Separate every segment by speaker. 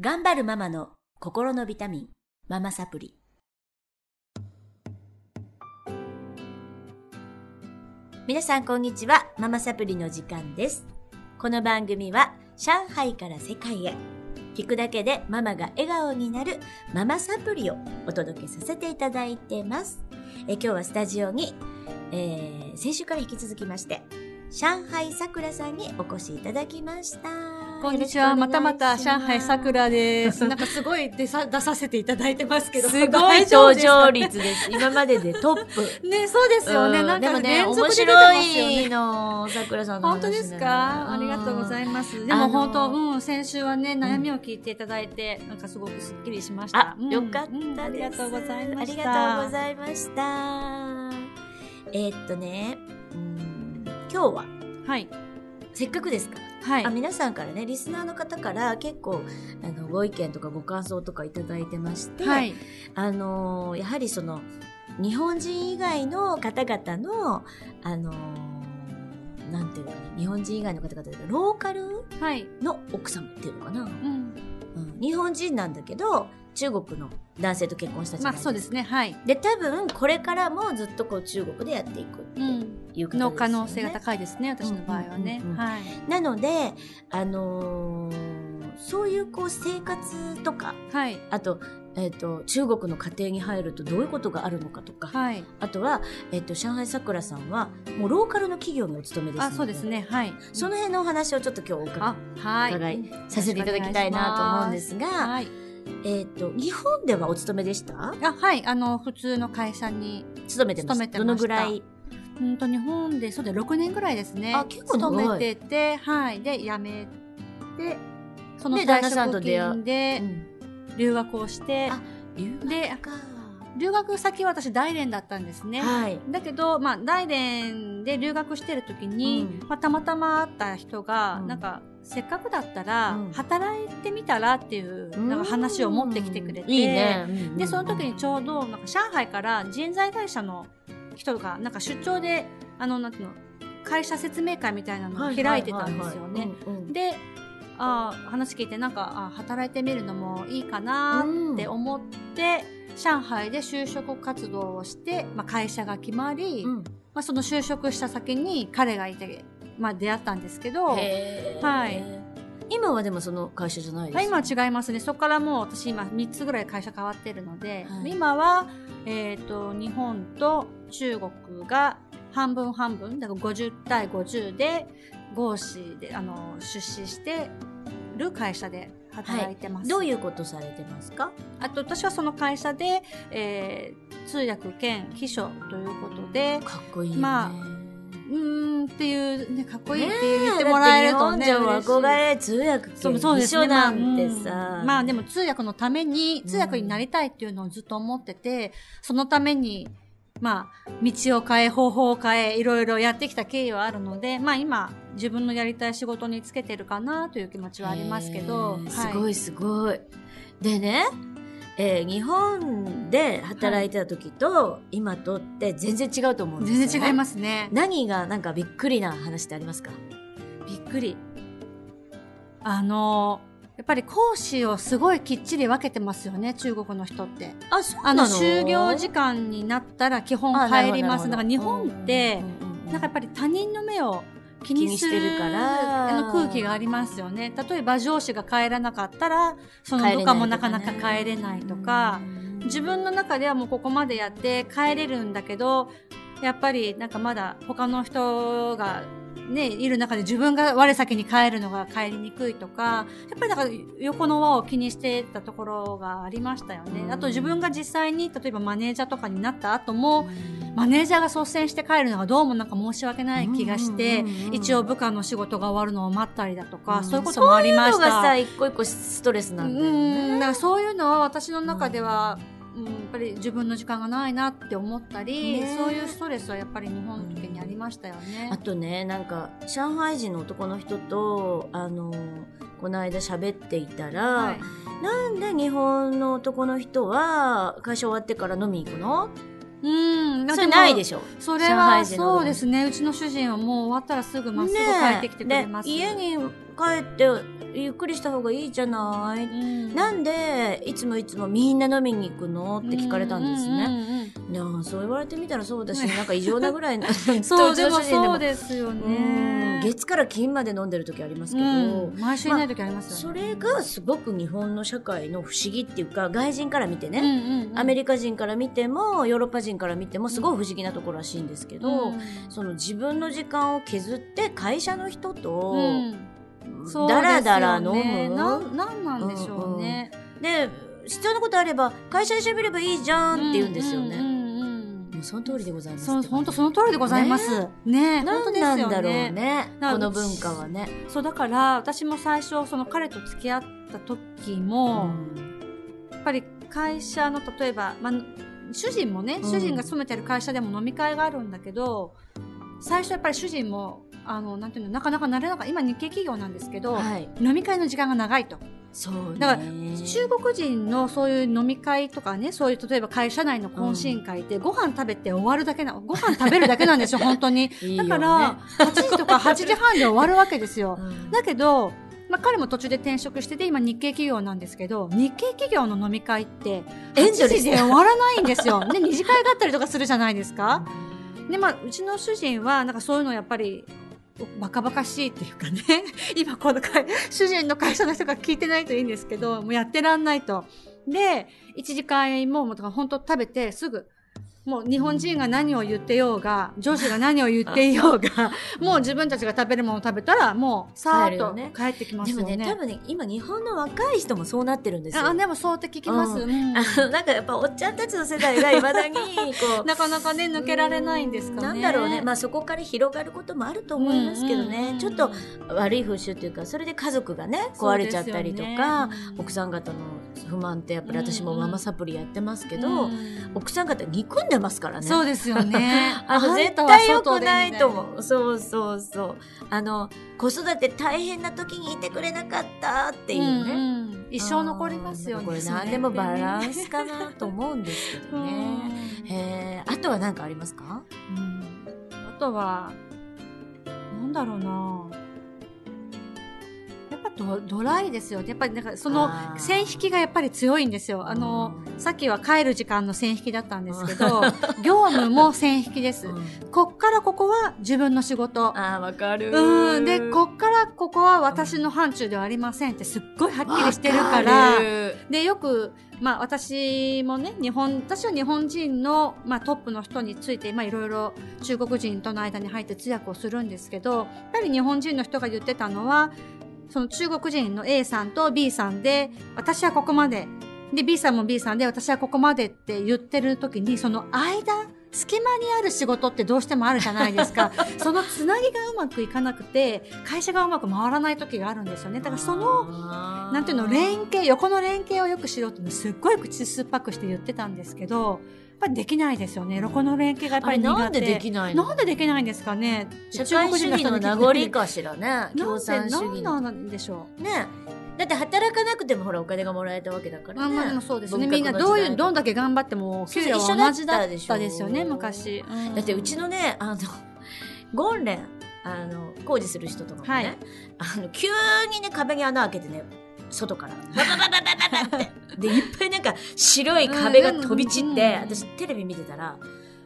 Speaker 1: 頑張るママの心のビタミン、ママサプリ。皆さんこんにちは、ママサプリの時間です。この番組は、上海から世界へ。聞くだけでママが笑顔になるママサプリをお届けさせていただいてます。え今日はスタジオに、えー先週から引き続きまして、上海さくらさんにお越しいただきました。
Speaker 2: こんにちは。
Speaker 1: よろ
Speaker 2: ま
Speaker 1: しくお願いしす
Speaker 2: たまた上海さくらです。 なんかすごい出さ出させていただいてますけど。
Speaker 1: すごい登場
Speaker 2: 大丈夫で
Speaker 1: 率です。今まででトップ。
Speaker 2: すか。ね、そうですよね。
Speaker 1: うん
Speaker 2: なん
Speaker 1: でも
Speaker 2: か
Speaker 1: ね、
Speaker 2: ね、
Speaker 1: 面
Speaker 2: よ
Speaker 1: 白い
Speaker 2: ね。
Speaker 1: の、桜さんの話
Speaker 2: 本当ですかありがとうござ
Speaker 1: ま
Speaker 2: います。で
Speaker 1: あの
Speaker 2: も本当、うん、先週はね、悩みを聞いていただいて、なんかすごくすっきりしまし
Speaker 1: あ
Speaker 2: た。、うん
Speaker 1: よかったです、
Speaker 2: うんありがとうございました。
Speaker 1: ありがとうございました。えーっとね、うん今日は、
Speaker 2: はい。
Speaker 1: せっかくですから、
Speaker 2: はい
Speaker 1: あ。皆さんからね、リスナーの方から結構、あの、ご意見とかご感想とかいただいてまして、
Speaker 2: はい。
Speaker 1: あのーやはりその日本人以外の方々のあのーなんていうのかな日本人以外の方々というかローカル
Speaker 2: はい。
Speaker 1: の奥様っていうのかな、
Speaker 2: うん。
Speaker 1: うん、日本人なんだけど中国の男性と結婚したじ
Speaker 2: ま
Speaker 1: ゃ
Speaker 2: あ
Speaker 1: ない
Speaker 2: そうですね。はい。
Speaker 1: で多分これからもずっとこう中国でやっていくって
Speaker 2: うん。
Speaker 1: いう方ですよね、
Speaker 2: の可能性が高いですね。私の場合はね
Speaker 1: うんうんうんうん。
Speaker 2: はい。
Speaker 1: なので、あのーそういうこう生活とか
Speaker 2: はい。
Speaker 1: あと,、えっと中国の家庭に入るとどういうことがあるのかとか、
Speaker 2: はい。
Speaker 1: あとは、えっと、上海さくらさんは、もうローカルの企業にお勤めですの
Speaker 2: あ、そうです。ね。はい。
Speaker 1: その辺のお話をちょっと今日お伺
Speaker 2: あ、はいい。
Speaker 1: 伺いさせていただきたいなと思うんですが、
Speaker 2: はい。
Speaker 1: えっと、日本ではお勤めでした
Speaker 2: あ、はい。あの、普通の会社に、
Speaker 1: 勤めてま
Speaker 2: 勤
Speaker 1: す。
Speaker 2: めてました
Speaker 1: どのぐらい
Speaker 2: うんと日本で、そうで6年ぐらいですね。
Speaker 1: あ結構長い
Speaker 2: 勤めてて、はい。で、辞めて、その
Speaker 1: で
Speaker 2: 退
Speaker 1: 旦那さんと
Speaker 2: 職
Speaker 1: 出会う
Speaker 2: 金で
Speaker 1: うん
Speaker 2: 留学をして
Speaker 1: あ、留
Speaker 2: で
Speaker 1: 学、か。
Speaker 2: 留学先は私、大連だったんですね。
Speaker 1: はい。
Speaker 2: だけど、まあ、大連で留学してる時に、
Speaker 1: うん
Speaker 2: まあ、たまたま会った人が、
Speaker 1: うん
Speaker 2: なんかせっかくだったら、
Speaker 1: うん
Speaker 2: 働いてみたらっていうなんか話を持ってきてくれて、
Speaker 1: いいね。うんうんうん
Speaker 2: でその時にちょうどなんか上海から人材会社の人がなんか出張であのなんていうの会社説明会みたいなのを開いてたんですよね。。であー話聞いてなんかあー働いてみるのもいいかなって思って、上海で就職活動をして、まあ、会社が決まり、
Speaker 1: うん
Speaker 2: まあ、その就職した先に彼がいて、まあ、出会ったんですけど、
Speaker 1: へー
Speaker 2: はい
Speaker 1: 今はでもその会社じゃないです
Speaker 2: あ
Speaker 1: か
Speaker 2: 今は違いますねそこからもう私今3つぐらい会社変わってるので、
Speaker 1: はい
Speaker 2: 今は、えー、と日本と中国が半分半分だから50対50で合資であの出資してる会社で働いてます、
Speaker 1: どういうことされてますか
Speaker 2: あと私はその会社で、えー通訳兼秘書ということで
Speaker 1: かっこいいよね。
Speaker 2: まあうーんっていうねかっこいいって
Speaker 1: ねえ
Speaker 2: 言ってもらえるとね
Speaker 1: だって日本人は憧
Speaker 2: 嬉しい
Speaker 1: れ通訳
Speaker 2: そうそうです
Speaker 1: 一
Speaker 2: ね。
Speaker 1: 緒な
Speaker 2: まあ
Speaker 1: んて
Speaker 2: う
Speaker 1: さ。
Speaker 2: んまあでも通訳のために、通訳になりたいっていうのをずっと思ってて、そのために、まあ、道を変え、方法を変え、いろいろやってきた経緯はあるので、まあ今、自分のやりたい仕事につけてるかなという気持ちはありますけど
Speaker 1: へー、
Speaker 2: は
Speaker 1: すご
Speaker 2: い。
Speaker 1: いすごい。でね、えー日本で働いてた時と、今とって全然違うと思うんですよ、ね。
Speaker 2: 全然違い
Speaker 1: す。
Speaker 2: ますね。
Speaker 1: 何がなんかびっくりな話ってありますか
Speaker 2: びっくり。あの、やっぱり講師をすごいきっちり分けてますよね、中国の人って。
Speaker 1: あ、そう
Speaker 2: あの、就業時間になったら基本帰ります。だから日本って、なんかやっぱり他人の目を気にする
Speaker 1: 気にしてるから
Speaker 2: あの空気がありますよね。例えば上司が帰らなかったら、そ
Speaker 1: 帰
Speaker 2: の
Speaker 1: れないとかね
Speaker 2: 部下もなかなか帰れないとか、、
Speaker 1: うん
Speaker 2: 自分の中ではもうここまでやって帰れるんだけど、やっぱりなんかまだ他の人がね、いる中で自分が我先に帰るのが帰りにくいとか、やっぱりだから横の輪を気にしてたところがありましたよ
Speaker 1: う
Speaker 2: ね。
Speaker 1: ん
Speaker 2: あと自分が実際に、例えばマネージャーとかになった後も、マネージャーが率先して帰るのがどうもなんか申し訳ない気がして
Speaker 1: うんうんうんうん、
Speaker 2: 一応部下の仕事が終わるのを待ったりだと
Speaker 1: う
Speaker 2: か、
Speaker 1: ん
Speaker 2: そういうこともありまし
Speaker 1: そういうのがさ、
Speaker 2: た。
Speaker 1: 一個一個ストレス
Speaker 2: う
Speaker 1: なんだよね。
Speaker 2: ん、だからそういうのは私の中では、うん、やっぱり自分の時間がないなって思ったり、
Speaker 1: ね
Speaker 2: そういうストレスはやっぱり日本の時にありましたよね
Speaker 1: あ。とねなんか上海人の男の人とあのこの間喋っていたら、
Speaker 2: はい、
Speaker 1: なんで日本の男の人は会社終わってから飲み行くの
Speaker 2: うん、
Speaker 1: それないで
Speaker 2: し
Speaker 1: しょ
Speaker 2: ょ。それ
Speaker 1: 上海
Speaker 2: は
Speaker 1: 人の
Speaker 2: そうですね。うちの主人はもう終わったらすぐまっすぐ帰ってきてくれます。
Speaker 1: ねえで家に帰ってゆっくりした方がいいじゃない、なんでいつもいつもみんな飲みに行くのって聞かれたんですね。
Speaker 2: ね。
Speaker 1: なあそう言われてみたらそうだし、なんか異常なぐらいな
Speaker 2: そう、で
Speaker 1: 当
Speaker 2: も
Speaker 1: 時の主人
Speaker 2: そうですよ
Speaker 1: うん
Speaker 2: ね。
Speaker 1: 月から金まで飲んでる時ありますけど、
Speaker 2: うん毎週いない時あります
Speaker 1: そ
Speaker 2: よね。
Speaker 1: れがすごく日本の社会の不思議っていうか外人から見てね、アメ
Speaker 2: リ
Speaker 1: リカ人から見てもヨーロッパ人から見てもすごい不思議なところらしいんですけど、その自分の時間を削って会社の人とダラダラ飲む、
Speaker 2: なんなんなんでしょうね。
Speaker 1: で必要なことあれば会社で喋ればいいじゃんって言うんですよね、
Speaker 2: うんうんう
Speaker 1: も
Speaker 2: ん。
Speaker 1: うその通りでございます
Speaker 2: そう、本当その通りでございます。ね、
Speaker 1: な
Speaker 2: 本当
Speaker 1: ん
Speaker 2: ですよ
Speaker 1: な
Speaker 2: ね
Speaker 1: んだろうね
Speaker 2: な
Speaker 1: こ
Speaker 2: ん
Speaker 1: の文化はね、
Speaker 2: そうだから私も最初その彼と付き合った時も、やっぱり会社の例えば、まあ、主人もね、
Speaker 1: ん
Speaker 2: 主人が勤めてる会社でも飲み会があるんだけど最初やっぱり主人もあのなんていうのなかなか慣れなかった今日系企業なんですけど、
Speaker 1: はい
Speaker 2: 飲み会の時間が長いと
Speaker 1: そうね
Speaker 2: だから中国人のそういう飲み会とかねそういう例えば会社内の懇親会って、ご飯食べて終わるだけなご飯食べるだけなん ですよ本当に
Speaker 1: いいよ
Speaker 2: だ
Speaker 1: ね
Speaker 2: から、8時とか8時半で終わるわけですよ
Speaker 1: うん
Speaker 2: だけど、まあ、彼も途中で転職してて今日系企業なんですけど日系企業の飲み会って
Speaker 1: エンド
Speaker 2: 8
Speaker 1: レ
Speaker 2: 時
Speaker 1: ス
Speaker 2: で終わらないんですよ。 で二次会があったりとかするじゃないですか。でまあうちの主人はなんかそういうのやっぱりバカバカしいっていうかね 今この会主人の会社の人が聞いてないといいんですけどもうやってらんないと。で一次会ももうだから本当食べてすぐ。もう日本人が何を言ってようが上司が何を言っていよう がもう自分たちが食べるものを食べたらもうさーっと帰ってきます
Speaker 1: で
Speaker 2: よ
Speaker 1: も
Speaker 2: ね。
Speaker 1: ね多分ね今日本の若い人もそうなってるんですよ
Speaker 2: あでもそうって聞きます。
Speaker 1: う
Speaker 2: うん
Speaker 1: あの なんかやっぱおっちゃんたちの世代がいまだにこう
Speaker 2: なか なかね抜けられないんですかね。
Speaker 1: なんだろうね、まあ、そこから広がることもあると思いますけどね、
Speaker 2: うんうんうん
Speaker 1: ちょっと悪い風習というかそれで家族がね壊れちゃったりとか、、奥さん方の不満ってやっぱり私もママサプリやってますけど、奥さん方憎んでますからね。
Speaker 2: そうですよ ね。
Speaker 1: あの絶対良くないと思う。そうそうそう。あの子育て大変な時にいてくれなかったって
Speaker 2: て
Speaker 1: いうね。
Speaker 2: 一生残りますよね。
Speaker 1: これ何でもバランスかなと思うんですけど ね。えー、あとは何かありますか
Speaker 2: あとはなんだろうな。やっぱドドライですよね。やっぱりなんかその線引きがやっぱり強いんですよ。あの、さっきは帰る時間の線引きだったんですけど、 業務も線引きです。こっからここは自分の仕事。
Speaker 1: あーわかる
Speaker 2: うん。で、こっからここは私の範疇ではありませんってすっごいはっきりしてるから。で、よく、まあ私もね、日本、私は日本人の、まあトップの人について、まあいろいろ中国人との間に入って通訳をするんですけど、やっぱり日本人の人が言ってたのは、その中国人の A さんと B さんで、私はここまで。で、B さんも B さんで、私はここまでって言ってる時に、その間、隙間にある仕事ってどうしてもあるじゃないですか。そのつなぎがうまくいかなくて、会社がうまく回らない時があるんですよね。だからその、
Speaker 1: の
Speaker 2: なんていうの、連携、横の連携をよくしろっていうのすっごい口酸っぱくして言ってたんですけど、やっぱりできないですよね。横の連携がや
Speaker 1: あ
Speaker 2: っぱ
Speaker 1: れ
Speaker 2: り苦手。
Speaker 1: なんでできないの
Speaker 2: なんでできないんですかね。
Speaker 1: 社会主義の名残かしらね。
Speaker 2: 共
Speaker 1: 共産
Speaker 2: 産
Speaker 1: 主
Speaker 2: 主義
Speaker 1: 義
Speaker 2: な
Speaker 1: の。
Speaker 2: んなんでしょう。
Speaker 1: ね。だって働かなくてもほらお金がもらえたわけだから
Speaker 2: まあ
Speaker 1: ね。
Speaker 2: まあでもそうですね。み
Speaker 1: 文
Speaker 2: ん
Speaker 1: 革
Speaker 2: な
Speaker 1: の
Speaker 2: どうい
Speaker 1: 時代
Speaker 2: う、どんだけ頑張っても、給料は同じだったですよね、
Speaker 1: そうそう一緒だったでし
Speaker 2: 昔。うん
Speaker 1: だってうちのね、あの、ゴンレン、あの、工事する人とかもね、
Speaker 2: はい
Speaker 1: あの、急にね、壁に穴開けてね、外 から、バババババババって。で、いっぱいなんか白い壁が飛び散って、
Speaker 2: うんうん
Speaker 1: 私テレビ見てたら、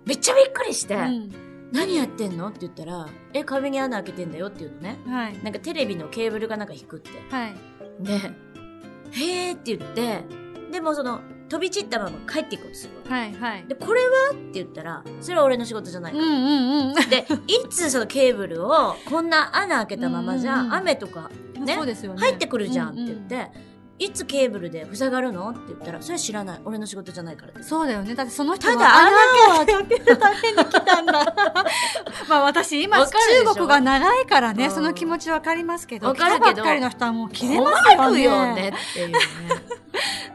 Speaker 1: めっちゃびっくりして、
Speaker 2: うん
Speaker 1: 何やってんのって言ったら、え、壁に穴開けてんだよっていうのね。
Speaker 2: はい。
Speaker 1: なんかテレビのケーブルがなんか引くって。
Speaker 2: はい。
Speaker 1: で、へーって言って、でもその、飛び散ったまま帰っていこうとするわけ。
Speaker 2: はい。はい。
Speaker 1: で、これはって言ったら、それは俺の仕事じゃない
Speaker 2: うんうんうん。
Speaker 1: で、いつそのケーブルをこんな穴開けたままじ
Speaker 2: うんうん
Speaker 1: ゃ
Speaker 2: うん
Speaker 1: 雨とかね
Speaker 2: そうですよね。
Speaker 1: 入ってくるじゃんって
Speaker 2: う
Speaker 1: 言
Speaker 2: う
Speaker 1: って、いつケーブルで塞がるのって言ったら、それは知らない。俺の仕事じゃないからって。
Speaker 2: そうだよね。だってその人
Speaker 1: ただ
Speaker 2: 穴を開けるために来たんだ。まあ私今
Speaker 1: わ
Speaker 2: 中
Speaker 1: かるでしょ
Speaker 2: 国が長いからね、
Speaker 1: うん
Speaker 2: その気持ちわかりますけど、
Speaker 1: わかるけど
Speaker 2: 来たばっかりの人はもう切れます
Speaker 1: 困
Speaker 2: よ
Speaker 1: る
Speaker 2: ね。
Speaker 1: よねっていうね。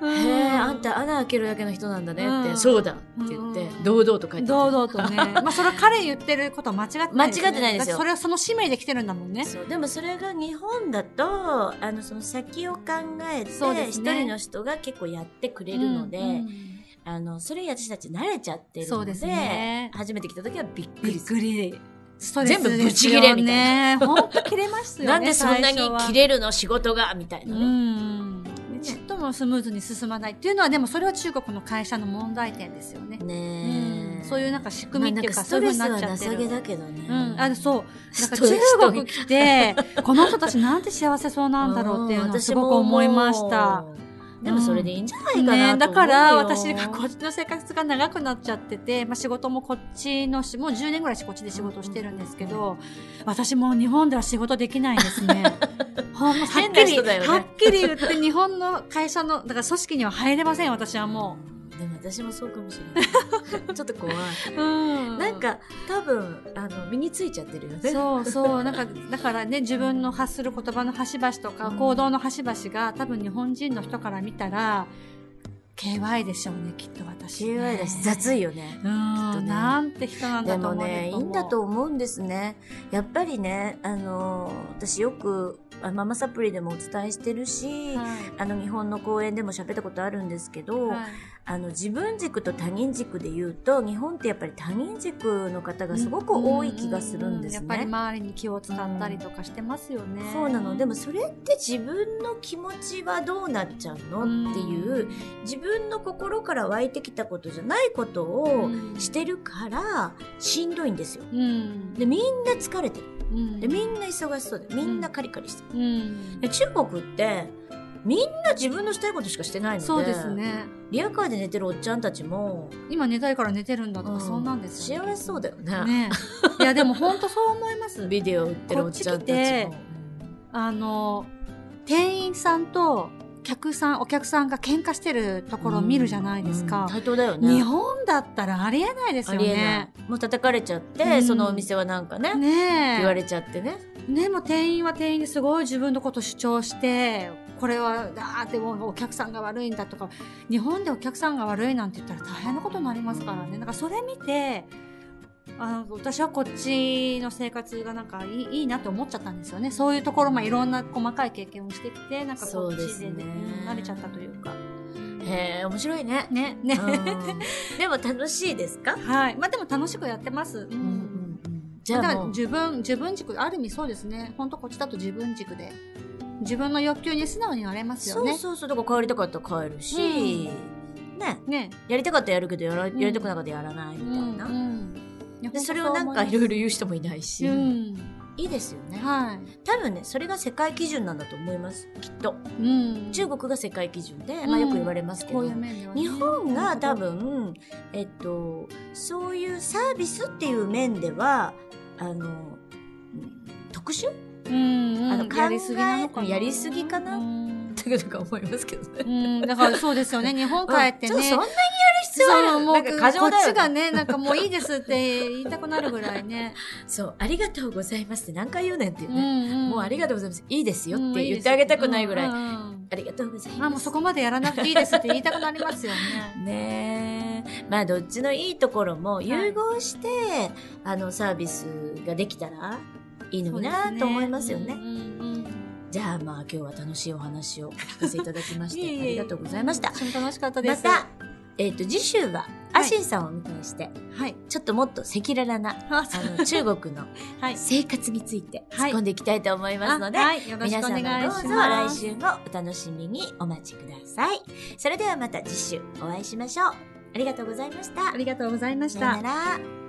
Speaker 2: うん。
Speaker 1: へえ、あんた穴開けるだけの人なんだねって、
Speaker 2: うん
Speaker 1: そうだって言って、
Speaker 2: うん
Speaker 1: 堂々と書いて
Speaker 2: 堂々とね。まあそれは彼言ってることは間違ってないよね。
Speaker 1: 間違ってないですよ
Speaker 2: だってそれはその使命で来てるんだもんね。
Speaker 1: そうでもそれが日本だとあのその先を考えて
Speaker 2: そうで
Speaker 1: 一
Speaker 2: すね
Speaker 1: 人の人が結構やってくれるので、
Speaker 2: うん
Speaker 1: あのそれに私たち慣れちゃってる
Speaker 2: そ
Speaker 1: の
Speaker 2: う
Speaker 1: で
Speaker 2: ですね
Speaker 1: 初めて来た時はびっく
Speaker 2: び
Speaker 1: り
Speaker 2: っ
Speaker 1: する
Speaker 2: くり。ストレ
Speaker 1: 全
Speaker 2: ス
Speaker 1: 部ブチ切れみ
Speaker 2: たいな。本当切れますよね。
Speaker 1: なんでそんなに
Speaker 2: 最初は
Speaker 1: 切れるの仕事がみたいな
Speaker 2: う
Speaker 1: ね。
Speaker 2: ん。ちっともスムーズに進まないっていうのはでもそれは中国の会社の問題点ですよね。
Speaker 1: ねえ
Speaker 2: うんそういうなんか仕組みってい
Speaker 1: ま
Speaker 2: うか
Speaker 1: あな
Speaker 2: そ
Speaker 1: ん
Speaker 2: ういう
Speaker 1: かストレス
Speaker 2: ふうにな
Speaker 1: は
Speaker 2: っちゃ
Speaker 1: な
Speaker 2: ってる。
Speaker 1: さげだけどね。
Speaker 2: うん、あそうなんか
Speaker 1: ストレス
Speaker 2: 中国来て この人たちなんて幸せそうなんだろうっていうのをすごく思いました。。
Speaker 1: 私もでもそれでいいんじゃないかなと思うよ、
Speaker 2: ね、だから私がこっちの生活が長くなっちゃってて、まあ、仕事もこっちのしもう10年ぐらいこっちで仕事をしてるんですけど、私もう日本では仕事できないです ね。ほんまはっ
Speaker 1: 変な
Speaker 2: きり、
Speaker 1: 人だよね
Speaker 2: はっきり言って日本の会社のだから組織には入れません私はも
Speaker 1: でも私もそうかもしれない。ちょっと怖い。
Speaker 2: う。うん
Speaker 1: なんか多分あの身についちゃってるよね。
Speaker 2: そうそう。なんか、だからね、自分の発する言葉の端々とか、
Speaker 1: うん
Speaker 2: 行動の端々が、多分日本人の人から見たら、KY でしょうね、きっと私、ね。
Speaker 1: KY だし雑いよね。
Speaker 2: うん、
Speaker 1: っとね
Speaker 2: なんて人なん
Speaker 1: で
Speaker 2: だと
Speaker 1: も
Speaker 2: 思う
Speaker 1: ね、いい
Speaker 2: 思うん
Speaker 1: だと思うんですね。やっぱりね、あの、私よく、あママサプリでもお伝えしてるし、
Speaker 2: はい
Speaker 1: あの、日本の講演でも喋ったことあるんですけど、
Speaker 2: はい
Speaker 1: あの、自分軸と他人軸で言うと、日本ってやっぱり他人軸の方がすごく多い気がするんです
Speaker 2: うううやっぱり
Speaker 1: ね。
Speaker 2: 周りに気を使ったりとかしてますよね。
Speaker 1: そうなの。でもそれって自分の気持ちはどうなっちゃうのっていう、自分の心から湧いてきたことじゃないこと
Speaker 2: う
Speaker 1: を
Speaker 2: ん
Speaker 1: してるから、しんどいんですよ。
Speaker 2: うん。
Speaker 1: で、みんな疲れてる。
Speaker 2: うん
Speaker 1: で、みんな忙しそうで、みんなカリカリしてる。
Speaker 2: うん
Speaker 1: で、中国って、みんな自分のしたいことしかしてないので、
Speaker 2: そうですね。
Speaker 1: リアカーで寝てるおっちゃんたちも、
Speaker 2: 今寝たいから寝てるんだとか、
Speaker 1: うん
Speaker 2: そんなんですよ、
Speaker 1: 幸せそうだよね。
Speaker 2: ね。いや、でも本当そう思います。
Speaker 1: ビデオ売ってるおっちゃんたち
Speaker 2: こっち来て
Speaker 1: も。
Speaker 2: あの店員さんと客さんお客さんが喧嘩してるところを見るじゃないです
Speaker 1: うん
Speaker 2: か、
Speaker 1: 対等だよね。
Speaker 2: 日本だったらありえないです
Speaker 1: あ
Speaker 2: よ
Speaker 1: りえな
Speaker 2: ね
Speaker 1: い。もう叩かれちゃって、
Speaker 2: うん
Speaker 1: そのお店はなんかね、
Speaker 2: ねえ
Speaker 1: 言われちゃってね。
Speaker 2: ねもう店員は店員ですごい自分のこと主張してこれはあーってもうお客さんが悪いんだとか日本でお客さんが悪いなんて言ったら大変なことになりますからねなんかそれ見てあの私はこっちの生活がなんかいいいいなって思っちゃったんですよねそういうところもいろんな細かい経験をしてきてなんかこ
Speaker 1: そう
Speaker 2: っ
Speaker 1: で
Speaker 2: ち
Speaker 1: す
Speaker 2: で
Speaker 1: ね
Speaker 2: ねうん慣れちゃったというか
Speaker 1: へえ、面白いね。
Speaker 2: ね
Speaker 1: う
Speaker 2: ね、
Speaker 1: んでも楽しいですか
Speaker 2: はいまあでも楽しくやってます、う
Speaker 1: うん
Speaker 2: ん
Speaker 1: じゃ
Speaker 2: だ
Speaker 1: あ
Speaker 2: から
Speaker 1: もう、
Speaker 2: 自分、自分軸、ある意味そうですね。本当こっちだと自分軸で。自分の欲求に素直になれますよ
Speaker 1: そ
Speaker 2: ね。
Speaker 1: うそうそう、だから帰りたかったら帰るし、ね、
Speaker 2: ね。
Speaker 1: やりたかったらやるけどやら、
Speaker 2: ん
Speaker 1: やりたくなかったらやらないみたいな。
Speaker 2: いや
Speaker 1: でそれをなんかいろいろ言う人もいないし、
Speaker 2: うん。
Speaker 1: いいですよね。
Speaker 2: はい。
Speaker 1: 多分ね、それが世界基準なんだと思います。きっと。
Speaker 2: うん。
Speaker 1: 中国が世界基準で、
Speaker 2: ん
Speaker 1: まあよく言われますけ
Speaker 2: こ
Speaker 1: ど、
Speaker 2: ういう面ではね
Speaker 1: 日本が多、分、えっと、そういうサービスっていう面では、あの、うん特殊
Speaker 2: うん、うん
Speaker 1: あの
Speaker 2: やりすぎなのか
Speaker 1: 考
Speaker 2: な。
Speaker 1: えやりすぎかな
Speaker 2: うん
Speaker 1: だけどか思いますけどね。
Speaker 2: うん、だからそうですよね。日本帰って
Speaker 1: ちょっとそん
Speaker 2: ね
Speaker 1: な。にやる必要ある
Speaker 2: そうもう、
Speaker 1: なん
Speaker 2: こ
Speaker 1: か
Speaker 2: っ
Speaker 1: 過剰だよね
Speaker 2: ちがね、なんかもういいですって言いたくなるぐらいね。
Speaker 1: そう、ありがとうございますって何回言うねんっていううね。
Speaker 2: ん
Speaker 1: もうありがとうございます。いいですよ
Speaker 2: うん
Speaker 1: って
Speaker 2: いい
Speaker 1: 言
Speaker 2: で
Speaker 1: っ
Speaker 2: す
Speaker 1: て
Speaker 2: よ
Speaker 1: あげたくないぐらい。
Speaker 2: うん
Speaker 1: あ
Speaker 2: うんうん
Speaker 1: りがとうございます。
Speaker 2: あもうそこまでやらなくていいですって言いたくなりますよね。
Speaker 1: ねえ。まあどっちのいいところも融合して、あのサービスができたらいいのになと思いますよね。
Speaker 2: うんうんうん
Speaker 1: じゃあまあ今日は楽しいお話をお聞かせいただきまして
Speaker 2: いえいえ
Speaker 1: ありがとうございました。
Speaker 2: 私も楽しかったで。
Speaker 1: ますた、えっ、と次週は
Speaker 2: はい
Speaker 1: アシンさんをお迎えして、
Speaker 2: はい。
Speaker 1: ちょっともっと赤裸々な
Speaker 2: あ
Speaker 1: あの中国の
Speaker 2: はい。
Speaker 1: 生活について突
Speaker 2: は
Speaker 1: っ
Speaker 2: い
Speaker 1: 込んでいきたいと思いますので、
Speaker 2: あはい。よろしくお
Speaker 1: 皆
Speaker 2: 願
Speaker 1: 様
Speaker 2: いしま
Speaker 1: どう
Speaker 2: す。
Speaker 1: ぞ来週もお楽しみにお待ちください。それではまた次週お会いしましょう。ありがとうございました。
Speaker 2: ありがとうございまし
Speaker 1: さ
Speaker 2: た
Speaker 1: よ。なら。